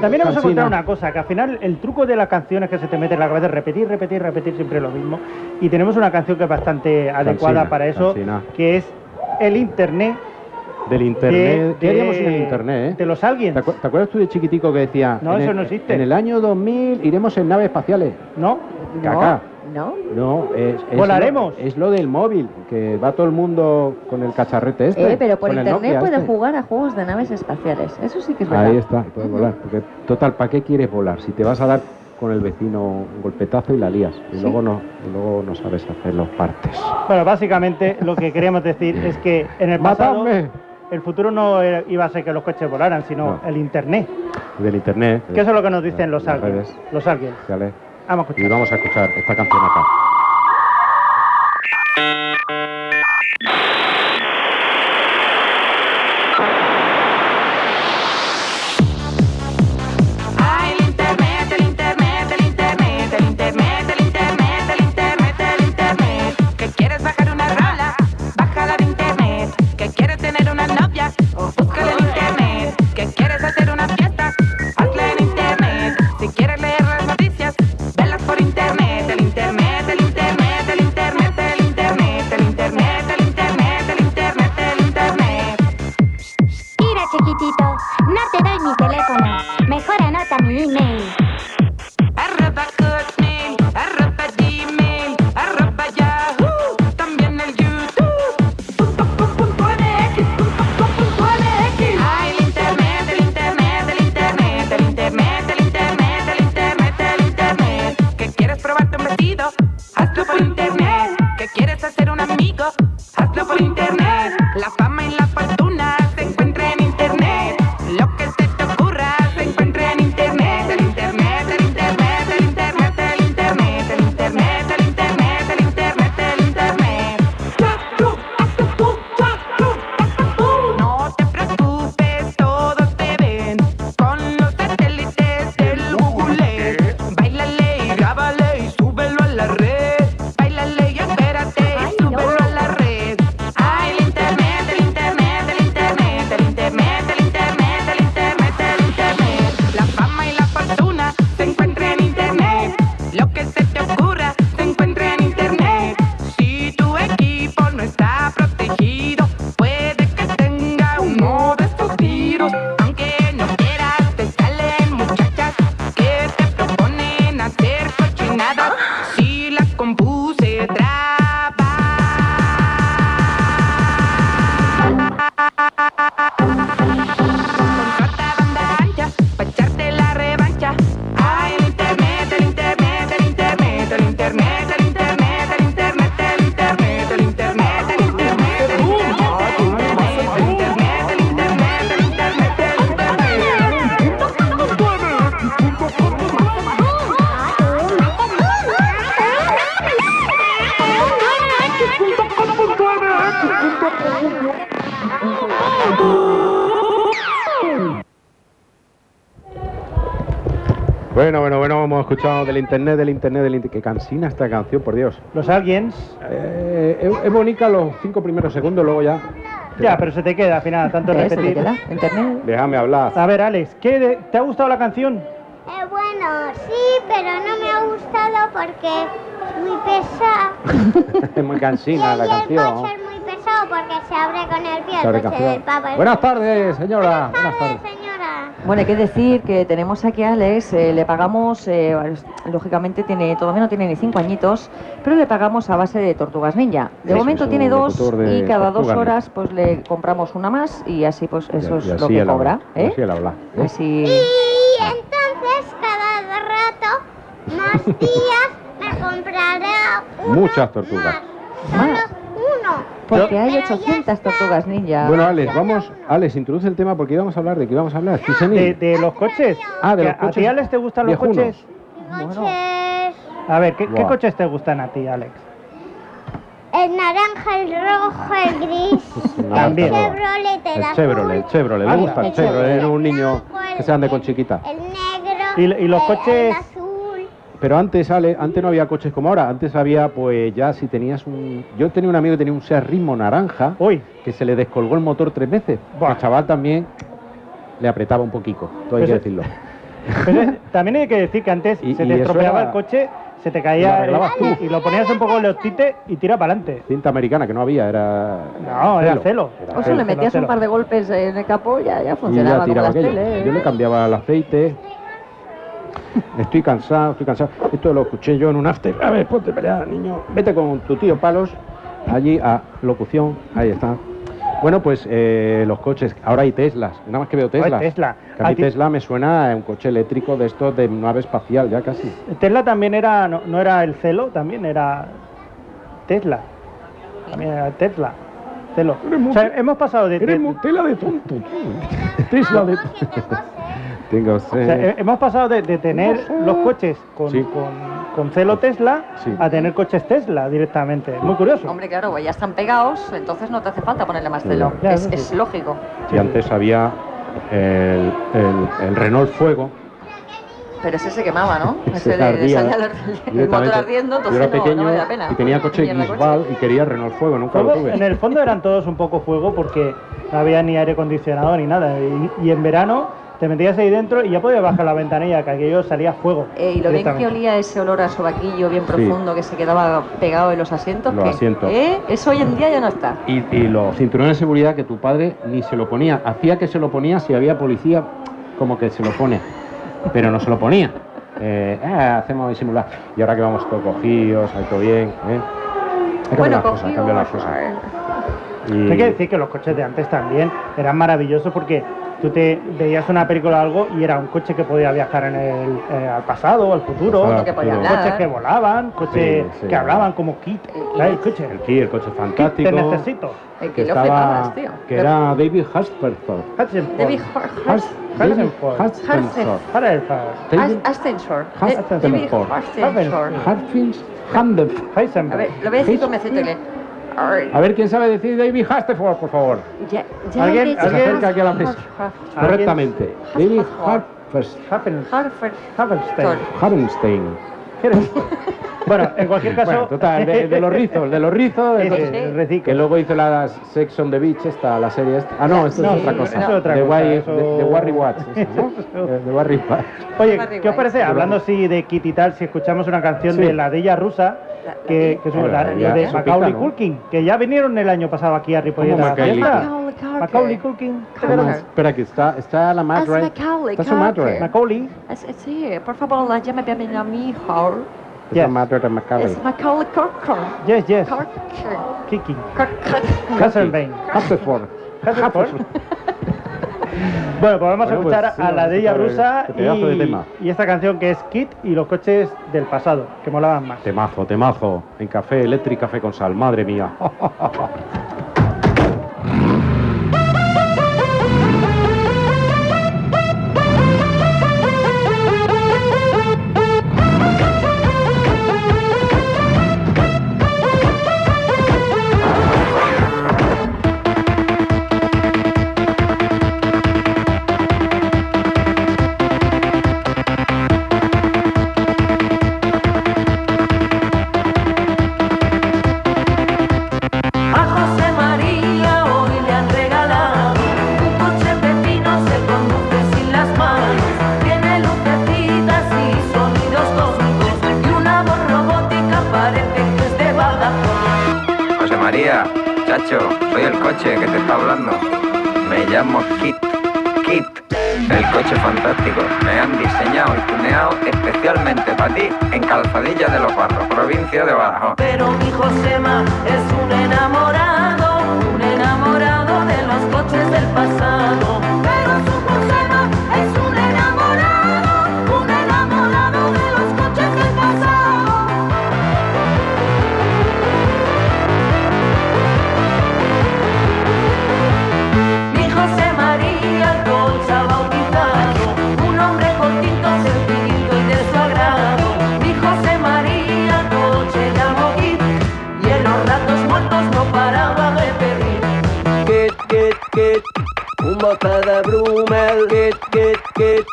también hemos Cansina. encontrado una cosa, que al final el truco de las canciones que se te mete en la cabeza es repetir, repetir, repetir siempre lo mismo. Y tenemos una canción que es bastante adecuada para eso, cansina. que es el internet. del de- internet. ¿Qué de- haríamos sin el internet, eh? De los alguien. ¿Te, acu- te acuerdas tú de chiquitico que decía? No, en eso el- no existe. En el año 2000 iremos en naves espaciales. ¿No? No, Cacá. no. No, es, es Volaremos. Lo, es lo del móvil, que va todo el mundo con el cacharrete este. Eh, pero por con el internet Nokia puedes este. jugar a juegos de naves espaciales. Eso sí que es verdad. Ahí está, y puedes volar. Porque, total, ¿para qué quieres volar? Si te vas a dar con el vecino un golpetazo y la lías. Y Sí. luego no y luego no sabes hacer los partes. Bueno, básicamente lo que queríamos decir es que en el pasado ¡Matadme! el futuro no era- iba a ser que los coches volaran, sino No. el internet. Del internet. Que eso es lo que nos dicen los Las alguien. redes Los alguien. sociales. Vamos a escuchar. Y vamos a escuchar esta canción acá. Ay, el internet, el internet, el internet, el internet, el internet, el internet, el internet. Que quieres bajar una rola, bájala de internet. Que quieres tener una novia, o búscala en internet. Que quieres hacer una fiesta, hazla en internet. Si quieres leer las noticias, velas por internet. El internet, el internet, el internet, el internet, el internet, el internet, el internet, el internet. Mira, chiquitito, no te doy mi teléfono. Mejor anota mi email. Arroba Hotmail, arroba Gmail, arroba Yahoo, también el YouTube. Punto com, punto MX, punto com, punto MX. Ay, el internet, el internet, el internet, el internet, el internet, el internet, el internet. Que quieres probarte un vestido, hazlo por internet. Que quieres hacer un amigo, hazlo por internet. La fama y la fortuna se encuentra en internet. Lo que se te ocurra se encuentra en internet. El internet, el internet, el internet, el internet, el internet, el internet, el internet, el internet. No te preocupes, todos te ven con los satélites del Google. Báilale y grábale y súbelo a la red. Báilale y espérate y súbelo a la red. Ay, el internet, el internet, el internet, el internet, el internet, el internet, el internet. La fama y la fortuna se encuentra en internet. Lo que se te ocurra se encuentra en internet. Si tu equipo no está protegido, puede que tenga uno de estos tiros. Aunque no quieras, te salen muchachas que te proponen hacer cochinadas. Si la compuse, traba. Contrabanda ancha, pa' echarte la revancha. Ay, el internet, el internet, el internet, el internet, el internet, el internet, el internet, el internet, el internet, el internet, el internet, el internet, el internet, el internet, el internet. Bueno, bueno, bueno, hemos escuchado del internet, del internet, del internet. Qué cansina esta canción, por Dios. Los alguien. Eh, es, es bonita los cinco primeros segundos, luego ya. Ya, pero se te queda al final, tanto ¿Qué? ¿Se te repetir. queda? ¿Internet? Déjame hablar. A ver, Alex, ¿qué de- ¿te ha gustado la canción? Eh, bueno, sí, pero no me ha gustado porque es muy pesado. es muy Y el, cansina la del canción. coche es muy pesado porque se abre con el pie. Sobre el coche canción. del papá. Buenas tardes, señora. Buenas tardes, tardes. señora. Bueno, hay que decir que tenemos aquí a Alex, eh, le pagamos, eh, es- lógicamente tiene, todavía no tiene ni cinco añitos, pero le pagamos a base de tortugas ninja. De Eso, momento es tiene un dos locutor de y cada dos Tortugas Ninja. horas pues le compramos una más y así pues eso Y- es y lo así que él habla, cobra. ¿eh? Así él habla. ¿eh? Así... Y entonces cada rato, más días, me comprará uno Ah, Muchas tortugas. Más. Solo Más. uno. Porque Pues hay 800 tortugas ninja. Bueno, Alex, vamos. Alex, introduce el tema porque íbamos a hablar de qué íbamos a hablar. Ciseni. De, de los coches. Ah, de Que los ¿A ti, coches Alex, te gustan los viejunos. coches? Coches, A ver, ¿qué, qué Buah. coches te gustan a ti, Alex? el naranja, el rojo, el gris, No, También. está bien. Chevrolet, el, El azul, Chevrolet, el Chevrolet, le Anda. gusta el El Chevrolet, Chevrolet. era un niño que se ande con chiquita. el negro, ¿Y lo- y los el- coches? el azul. Pero antes, Ale, antes no había coches como ahora, antes había pues ya si tenías un... Yo tenía un amigo que tenía un Seat Ritmo naranja Uy, que se le descolgó el motor tres veces. Buah. El chaval también le apretaba un poquito, todo Pues hay que es- decirlo. pero también hay que decir que antes Y- se y te eso estropeaba era- el coche, se te lo caía arreglabas el- y lo ponías un poco en los tites y tira para adelante. Cinta americana que no había, era... No, era celo. Era O sea, le metías un par de golpes en el capó y ya, ya eh, Y ya funcionaba como tiraba las aquello. teles. ¿eh? Yo le cambiaba el aceite. Estoy cansado, estoy cansado. Esto lo escuché yo en un after. A ver, ponte para allá, niño. Vete con tu tío Palos allí a locución. Ahí está. Bueno, pues eh, los coches. Ahora hay Teslas. Nada más que veo Oye, Teslas. Tesla. Que a mí A ti- Tesla me suena a un coche eléctrico de estos de nave espacial, ya casi. Tesla también era, no, no era el celo, también era Tesla. También era Tesla. Celo. O sea, hemos pasado de, de- tela de tonto, Tesla de. Que tengo sed. Tengo o sea, sed. he- hemos pasado de, de tener los coches con, Eh, Sí. con- con celo Tesla Sí. a tener coches Tesla directamente. Muy curioso. Hombre, claro, pues ya están pegados, entonces no te hace falta ponerle más celo. Ya, es, eso sí. es lógico. Y antes había el, el- el Renault Fuego. Pero ese se quemaba, ¿no? Ese Ese le, le ardía, salía el, el motor Directamente. ardiendo, Yo era entonces no, pequeño no valía la pena. y tenía coche Mierda, Gisbal y quería Renault Fuego, nunca Fuego, lo tuve. en el fondo eran todos un poco fuego porque no había ni aire acondicionado ni nada. Y, y en verano te metías ahí dentro y ya podías bajar la ventanilla, que aquello salía fuego. Eh, y lo bien que directamente. olía ese olor a sobaquillo bien profundo que se quedaba pegado en los asientos. Los que, asientos. ¿eh? Eso hoy en día ya no está. Y, y los cinturones de seguridad que tu padre ni se lo ponía. Hacía que se lo ponía si había policía, como que se lo pone. Pero no se lo ponía. Eh, ah, hacemos disimular. Y ahora que vamos todo cogidos, ahí todo bien. ¿eh? Ha cambiado las cosas, ha cambiado las cosas. cogió- Y- Hay que decir que los coches de antes también eran maravillosos porque tú te veías una película o algo y era un coche que podía viajar en el, eh, al pasado o al futuro, Pasado, que podía futuro. hablar. coches que volaban, coches Sí, sí. que hablaban como Kit, ¿sabes? El coche, el Kia, el coche fantástico. te necesito. Eh, Que, que lo estaba- flipabas, tío. que era David Hasperford. Hudson David Ford, Hor- Hor- Has- David Hasselhoff. Hasselhoff. Harelfa, David As- Ascensor. Has- Eh, David Hor- Ascensor. Harfins Handel. A Heisenberg. ver, lo voy a decir con mecetecle. A ver, ¿quién sabe decir David Hasselhoff, por favor? Ya, ya ¿Alguien- ves- Que se ¿Alguien? acerca aquí a la mesa. Hor- ¿Alguien? Correctamente. David Harfers- Hafen- Horford. Hafenstein. Hartenstein. Bueno, en cualquier caso. Bueno, total, de, de los rizos, de los rizos. de los- Ese, el reciclo. Que luego hizo la Sex on the Beach, esta, la serie esta. Ah, no, esta No, es otra sí, cosa. eso es otra de cosa, Why- eso- de- de Warry Watts. esa, ¿no? Eh, De Warry Watts. Oye, ¿qué os parece? Hablando así de Kit y tal, si escuchamos una canción Sí. de la Della rusa, La- la que, que es Della. la- La la de Della. Macaulay ¿no? Culkin, que ya vinieron el año pasado aquí a Ripollet ¿Cómo a la Macaulay? fiesta. Macaulay Culkin. Macaulay Culkin. ¿te Culkin. acuerdas? Espera, que está, está la Es madre. Macaulay, Está su madre. Culkin. Ah, Macaulay. Es- es- Sí, por favor, llámame bien a mi hijo. Es la madre de Macaulay. Es Macaulay Culkin. Yes, yes. Culkin. Kicking. Culkin. Hasselbein. Hasselhoff. Hasselhoff. Bueno, pues vamos a Bueno, pues escuchar sí, a la vamos a Della escuchar rusa este pedazo de tema. y, y esta canción que es Kit y los coches del pasado, que molaban más. Temazo, temazo. En café, eléctrica, café con sal. Madre mía. A José María hoy le han regalado un coche pepino, se conduce sin las manos, tiene lucecitas y sonidos cósmicos y una voz robótica parece que es de Badajoz. José María, chacho, soy el coche que te está hablando. Me llamo Kit, Kit, el coche fantástico. Me han diseñado y tuneado especialmente para ti en Calzadilla de los Barros, provincia de Badajoz. Pero mi Josema es un enamorado, un enamorado de los coches del pasado. Pero su Josema es un enamorado, un enamorado de los coches del pasado. kit, un bote de Brumel, kit, kit, kit,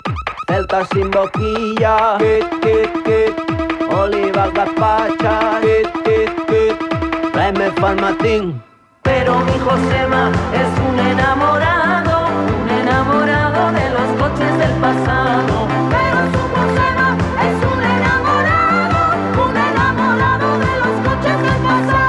celta sin boquilla, kit, kit, kit, olivas gazpacha, kit, kit, kit, tráeme farmatín. Pero mi Josema es un enamorado, un enamorado de los coches del pasado. Pero su Josema es un enamorado, un enamorado de los coches del pasado.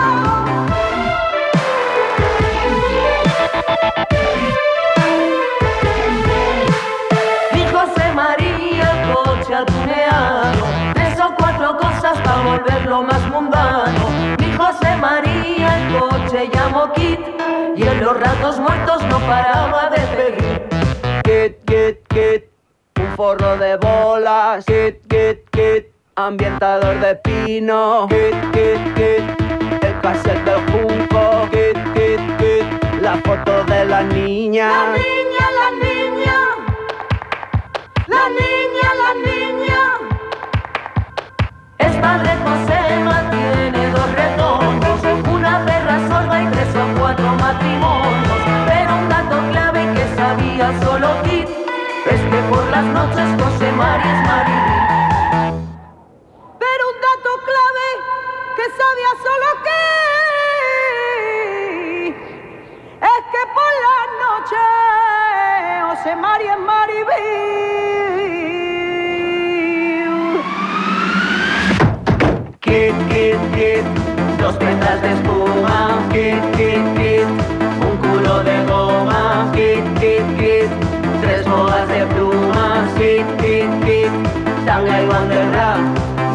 Mi José María, coche tuneado, Hizo cuatro cosas para volverlo más mundano. Mi José María, el coche llamó Kit. Y en los ratos muertos no paraba de pedir. Kit, kit, kit, un forro de bolas. Kit, kit, kit, ambientador de pino. Kit, kit, kit, el cassette del junco. Kit, kit, kit, la foto de la niña. niña, la niña, la niña, la niña. Es padre Josema, tiene dos retoños, una perra sorda y tres o cuatro matrimonios. Pero un dato clave que sabía solo Kit es que por las noches José María es Marilyn. Pero un dato clave que sabía solo Kit es que por la noche José María es Maribel. Kit, kit, kit, dos tetas de espuma. Kit, kit, kit, un culo de goma. Kit, kit, kit, tres boas de plumas. Kit, kit, kit, tanga y banderra.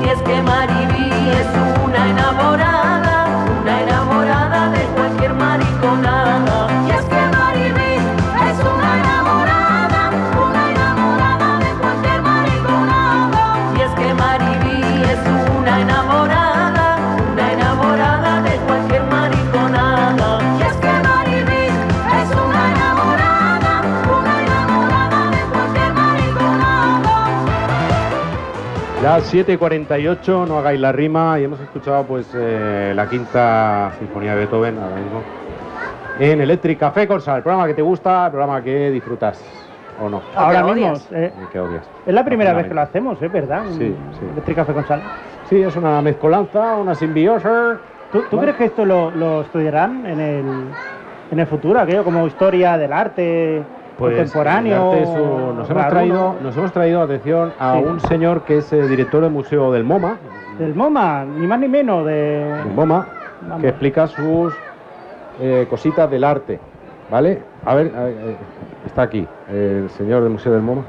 Y es que Maribí es una enamorada, una enamorada de cualquier mariconada. Y es que Maribí es una enamorada, una enamorada de cualquier mariconada. Y es que Maribí es una enamorada, una enamorada de cualquier mariconada. Y es que Maribí es una enamorada, una enamorada de cualquier mariconada. Las 7.48, no hagáis la rima, y hemos escuchado pues eh, la quinta sinfonía de Beethoven ahora mismo en Electric Café Corsa, el programa que te gusta, el programa que disfrutas, o no, Ahora te mismo. odias. eh, el que odias. es la primera vez Efectivamente. que lo hacemos, ¿es verdad? Un Sí, sí. Electric Café con sal. Sí, es una mezcolanza, una simbiosa. ¿Tú, tú Bueno. crees que esto lo, lo estudiarán en el, en el futuro, aquello como historia del arte Pues, contemporáneo? Pues, el arte es un- nos, hemos raruno? traído, nos hemos traído, atención, a Sí. un señor que es el director del Museo del MoMA, Del MoMA, ni más ni menos, de... del MoMA, Vamos. que explica sus eh, cositas del arte, ¿vale? A ver, a ver, eh, está aquí, el señor del Museo del MoMA.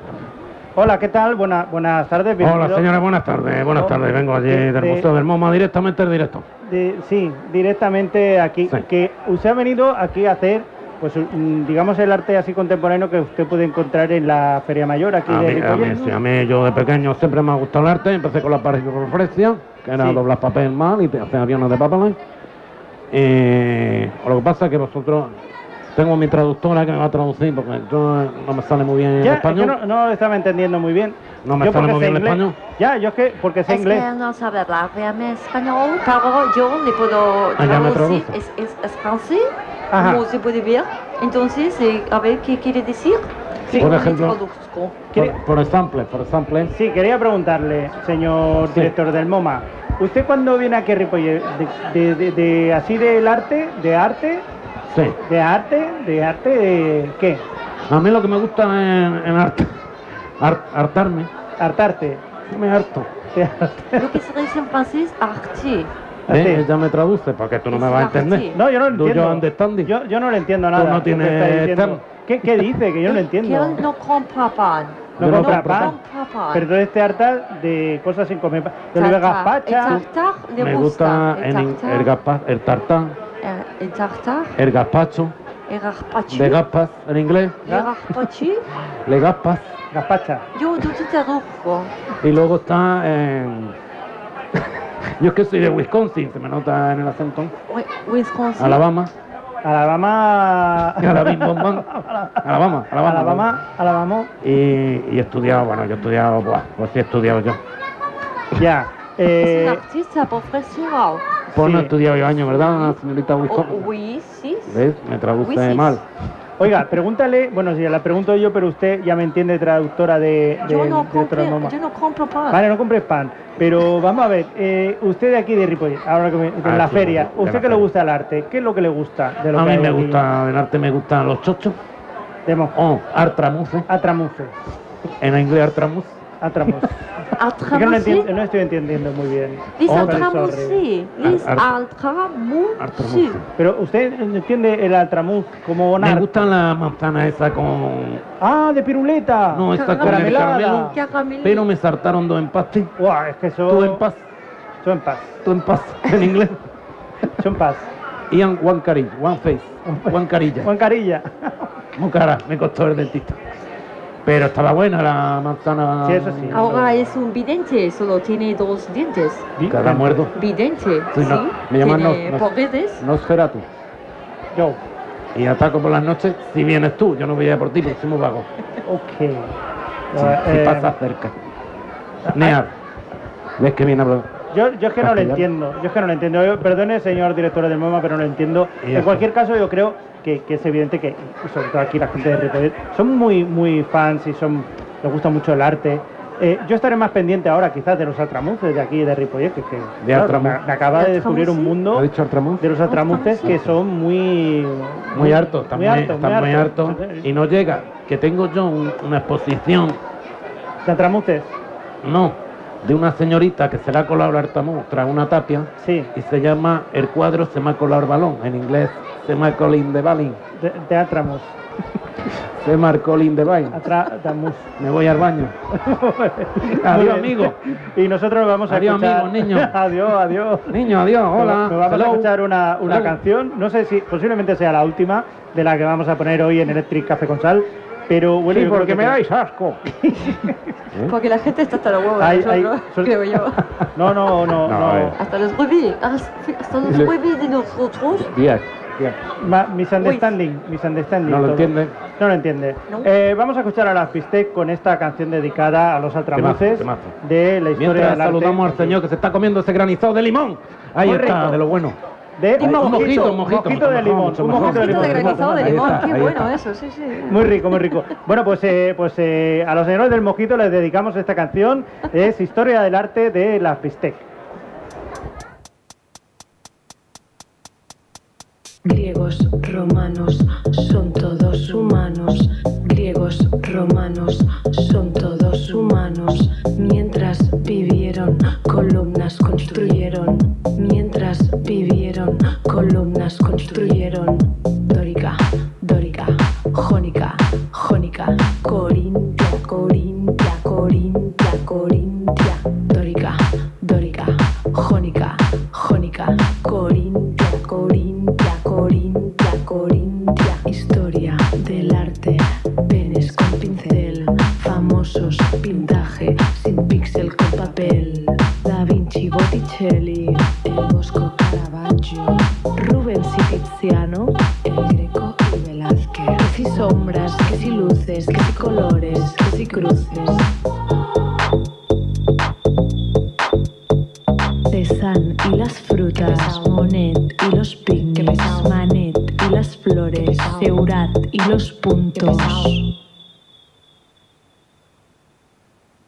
Hola, ¿qué tal? Buena- buenas tardes. Hola bienvenido. señores, buenas tardes, buenas tardes. Vengo allí De- del de- Museo del MoMA directamente al directo. De- sí, directamente aquí. Sí. Que usted ha venido aquí a hacer, pues, un- digamos, el arte así contemporáneo que usted puede encontrar en la Feria Mayor aquí A de mí, a Ripollet, mí, ¿no? sí, a mí yo de pequeño siempre me ha gustado el arte. Empecé con la parricofresia, que era Sí. doblar papel mal y te hacer aviones de papel. Eh, lo que pasa es que vosotros... Tengo mi traductora que me va a traducir porque yo eh, no me sale muy bien el Ya, español. yo no, no lo estaba entendiendo muy bien. No me Yo sale porque muy sé bien el inglés- español. Ya, yo es que porque sé Es inglés. que no sabe hablar bien español, pero yo le puedo Ah, ya me traducir, traduce. es, es, es francés, Ajá. como se puede ver. Entonces, eh, a ver qué quiere decir. Sí. Yo Por le ejemplo. traduzco. ¿Quiere- Por, por ejemplo, por ejemplo, Sí, quería preguntarle, señor Sí. director del MoMA, ¿usted cuando viene aquí a Ripollet, de, de- de- de- así del arte, de arte, sí. de arte, de arte, de qué? A mí lo que me gusta en, en arte, ar- hartarme, Hartarte. Yo me harto. De- Lo que se dice en francés, arte. ¿Eh? Ya me traduce, porque tú no me vas a entender. No, yo no lo Do you entiendo. understanding? Yo, yo no le entiendo nada. no lo que tienes está diciendo. tema. ¿Qué, qué dice? Que yo no lo Que entiendo. él no compra pan. No Yo no compra compro pan. pan. compra pan. Pero entonces te hartas de cosas sin comer pan. Yo le veo Tartar. gazpacha. El tartar le Me gusta en in- el, tartar. gazpa- el tartán, Eh, El tartar, el gazpacho, el de gazpacho. gazpas en inglés, El gazpacho. le gazpas. Gazpacha. Yo, yo te traduzco. Y luego está en... Yo es que soy de Wisconsin, se me nota en el acento. Wisconsin. Alabama, Alabama. Alabama, Alabama, Alabama. Alabama. Alabama. Y, y he estudiado, bueno, yo he estudiado, buah, pues sí he estudiado yo. Ya. Es un Eh, artista profesional. Pues no he Sí. estudiado yo año, ¿verdad, señorita Oh, Wisconsin? oui, sí. ¿Ves? Me traduce Wisis. mal. Oiga, pregúntale, bueno, si la pregunto yo, pero usted ya me entiende traductora de... Yo de- no de compro, Trasmoma. yo no compro pan. Vale, no compres pan, pero vamos a ver, eh, usted de aquí de Ripollet, ahora que me- de Ah, la sí, feria, de la ¿usted que le feria. gusta el arte? ¿Qué es lo que le gusta de lo A que mí hay me aquí? gusta, del arte me gustan los chochos. Oh, artramuce. Atramuce. En inglés artramuce. Atramuce. Ah, Es que no, lo enti- no estoy entendiendo muy bien. Liz Sorry, Altramusi. sorry. Liz Ar- ar- Altramusi. Altramuce. Pero usted entiende el altramuz como un Me arte. gustan las manzanas esas con... Ah, de piruleta. No, esa con el caramelo. Pero me saltaron dos empastes. Buah, es que eso... Tú en paz. Tú en paz. Tú en paz, en inglés. Tú en paz. Y un- one carilla, one face, one carilla. Juan Carilla. Muy cara, me costó el dentista. Pero estaba buena la manzana. Oh, Ahora Ah, es un vidente, solo tiene dos dientes. Cada muerdo. Vidente. Sí, no, ¿sí? me llaman tiene no- no- poderes. Nosferatu. Yo. Y ataco por las noches si vienes tú. Yo no voy a ir por ti porque somos vagos. Ok. Si, si eh, pasas cerca. Near. Ves que viene a hablar. Yo, yo es que no lo Castellano. entiendo, yo es que no lo entiendo. Yo- perdone, señor director del MoMA, pero no lo entiendo. Y En esto. cualquier caso, yo creo que, que es evidente que, y sobre todo aquí la gente de Ripollet, son muy, muy fans y son, les gusta mucho el arte. Eh, yo estaré más pendiente ahora quizás de los atramuces de aquí de Ripollet, que, que, De Altramuz. me, me acaba de descubrir un mundo ¿Ha dicho Artramuz? de los atramuces que son muy... Muy harto, está muy, hartos, está muy harto. Y no llega. Que tengo yo un- una exposición. ¿De atramuces? No, de una señorita que se le ha colado el artamuz tras una tapia. Sí. Y se llama, el cuadro se me ha colado el balón. En inglés, se me ha colado in the balling. De, de atramus. Se me ha colado in the balling. Atramus. Me voy al baño. Adiós, amigo. Y nosotros vamos a Adiós, escuchar... amigo, niño. adiós, adiós. Niño, adiós, hola. Nos vamos a hello. escuchar una, una Hello. canción, no sé si posiblemente sea la última de la que vamos a poner hoy en Electric Café con Sal, pero bueno, Sí, yo creo porque que me te- dais asco. Porque la gente está hasta los huevos, Ay, ay, nosotros, sol- creo yo. No, no, no, No, no. a ver. Hasta los huevos, hasta los Le- huevos de nosotros. Bien, bien. Ma- misunderstanding, misunderstanding. No lo todo. entiende. No lo entiende. No. Eh, vamos a escuchar a las Pistec con esta canción dedicada a los altramuces Temazo, de la historia Mientras del arte saludamos al señor que se está comiendo ese granizado de limón. Ahí Muy está, rico. de lo bueno. de Limón. un mojito, Un mojito, mojito mucho de mejor, limón, mucho un mejor. mojito de Poquito limón. de granizado de Ahí limón, está, qué ahí bueno está. eso, sí, sí. Muy rico, muy rico. Bueno, pues, eh, pues eh, a los señores del mojito les dedicamos esta canción. Es Historia del Arte de las Pistec. Griegos, romanos, son todos humanos. Griegos, romanos, son todos humanos. Mientras vivieron, columnas construyeron. Mientras vivieron, columnas construyeron. Dórica, dórica, jónica, jónica. Corintia, corintia, corintia, corintia. Dórica, dórica, jónica, jónica. Corintia, corintia, corintia, corintia. Historia del arte, penes con pincel. Famosos, pintaje, sin píxel con papel. Da Vinci, Botticelli, el Bosco, Caravaggio. Rubens y Tiziano, el Greco y Velázquez. Que si sombras, que si luces, que si colores, que si cruces. Pesan y las frutas, Monet y los picnics, Manet y las flores, Seurat y los puntos.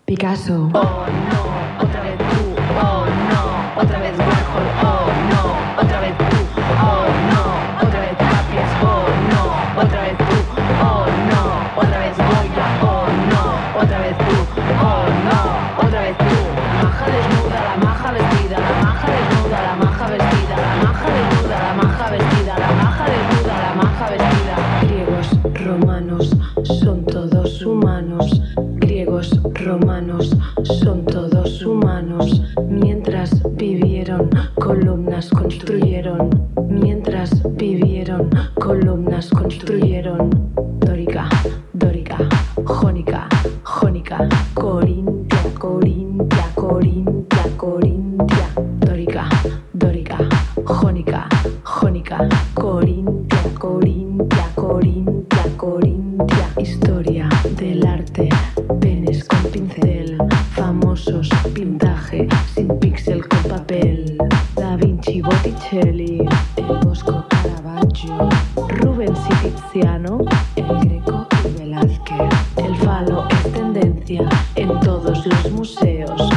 Picasso. Otra vez tú, oh no, otra vez Warhol, oh no, otra vez tú, oh no, otra vez Tapias, oh no, otra vez tú, oh no, otra vez Goya, oh no, otra vez tú, oh no, otra vez tú. La maja desnuda, la maja vestida, la maja desnuda, la maja vestida, la maja desnuda, la maja vestida, la maja desnuda, la maja vestida. Griegos, romanos, son todos humanos. Griegos, romanos, son todos humanos. Mientras vivieron, columnas construyeron. Mientras vivieron, columnas construyeron. Dórica, dórica, jónica, jónica. Corintia, corintia, corintia, corintia. Dórica, dórica, jónica, jónica. Corintia, corintia, corintia, corintia. Historia del arte, penes con pincel. Famosos, pintaje, sin píxel con papel. Da Vinci, Botticelli, el Bosco, Caravaggio. Rubens y Tiziano. Graciano, el Greco y Velázquez. El falo es tendencia en todos los museos.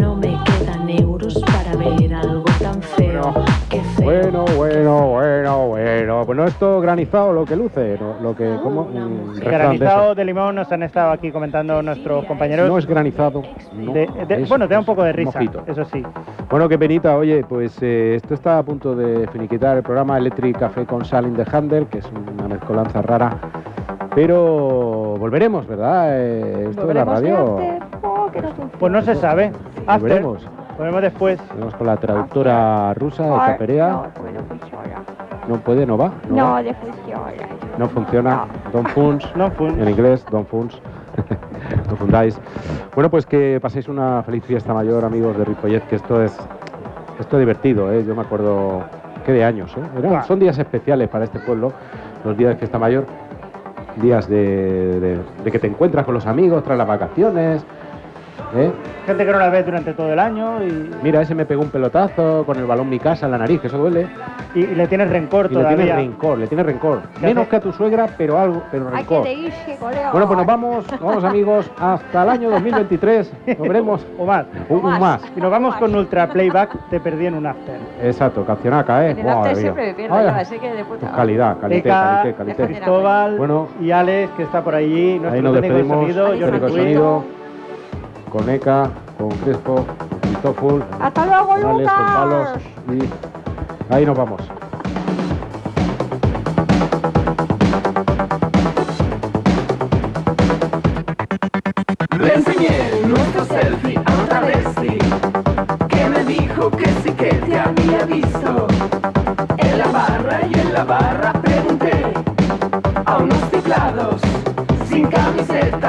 No me quedan euros para ver algo tan feo. Qué feo. Bueno, bueno, bueno, bueno. Pues no es todo granizado lo que luce, lo, lo que. ¿Cómo? Mm, refrán de Granizado de limón nos han estado aquí comentando nuestros eso. compañeros. No es granizado. no. De- de- Es- bueno, te da un poco de risa, mojito. eso sí. Bueno, qué penita, oye, pues eh, esto está a punto de finiquitar el programa Electric Café con Sal in the Handel, que es una mezcolanza rara. Pero volveremos, ¿verdad? Eh, esto de la radio. Pues no se sabe. After, Volveremos. volvemos después. Volveremos con la traductora rusa de Caperea. pues No puede, no va. va. de funciona. No funciona. Don Funs. No funs. En inglés, Don Funs. no fundáis. Bueno, pues que paséis una feliz fiesta mayor, amigos de Ripollet, que esto es esto es divertido, ¿eh? Yo me acuerdo que de años, ¿eh? Eran- Buah. son días especiales para este pueblo, los días de fiesta mayor, días de, de- de que te encuentras con los amigos tras las vacaciones. ¿eh? Gente que no la ves durante todo el año y, Mira, ese me pegó un pelotazo con el balón mi casa en la nariz, que eso duele. y- y le tienes rencor Y le todavía. tiene rencor, le tiene rencor. Menos que a tu suegra, pero algo, pero rencor. irse, colega. Bueno, pues nos vamos, nos vamos amigos, hasta el año 2023. Nos veremos. O más. Un, un más. Y nos vamos con Ultra Playback, te perdí en un after. Exacto, cancionaca, ¿eh? En el Madre after mía. siempre me pierdo Ay, yo, ay. así que de puta Pues madre. calidad, calité, Teca, calité, calité. Cristóbal Bueno, y Alex, que está por allí, ahí nuestro nos técnico de despedimos. sonido, Jordi Técnico de Puig. sonido, con Eka, con Crespo, con Cristóful, con Hasta luego, Alex, con Lucas. Palos y ahí nos vamos. Le enseñé nuestro selfie a otra bestia que me dijo que sí que te había visto. En la barra y en la barra pregunté a unos teclados sin camiseta.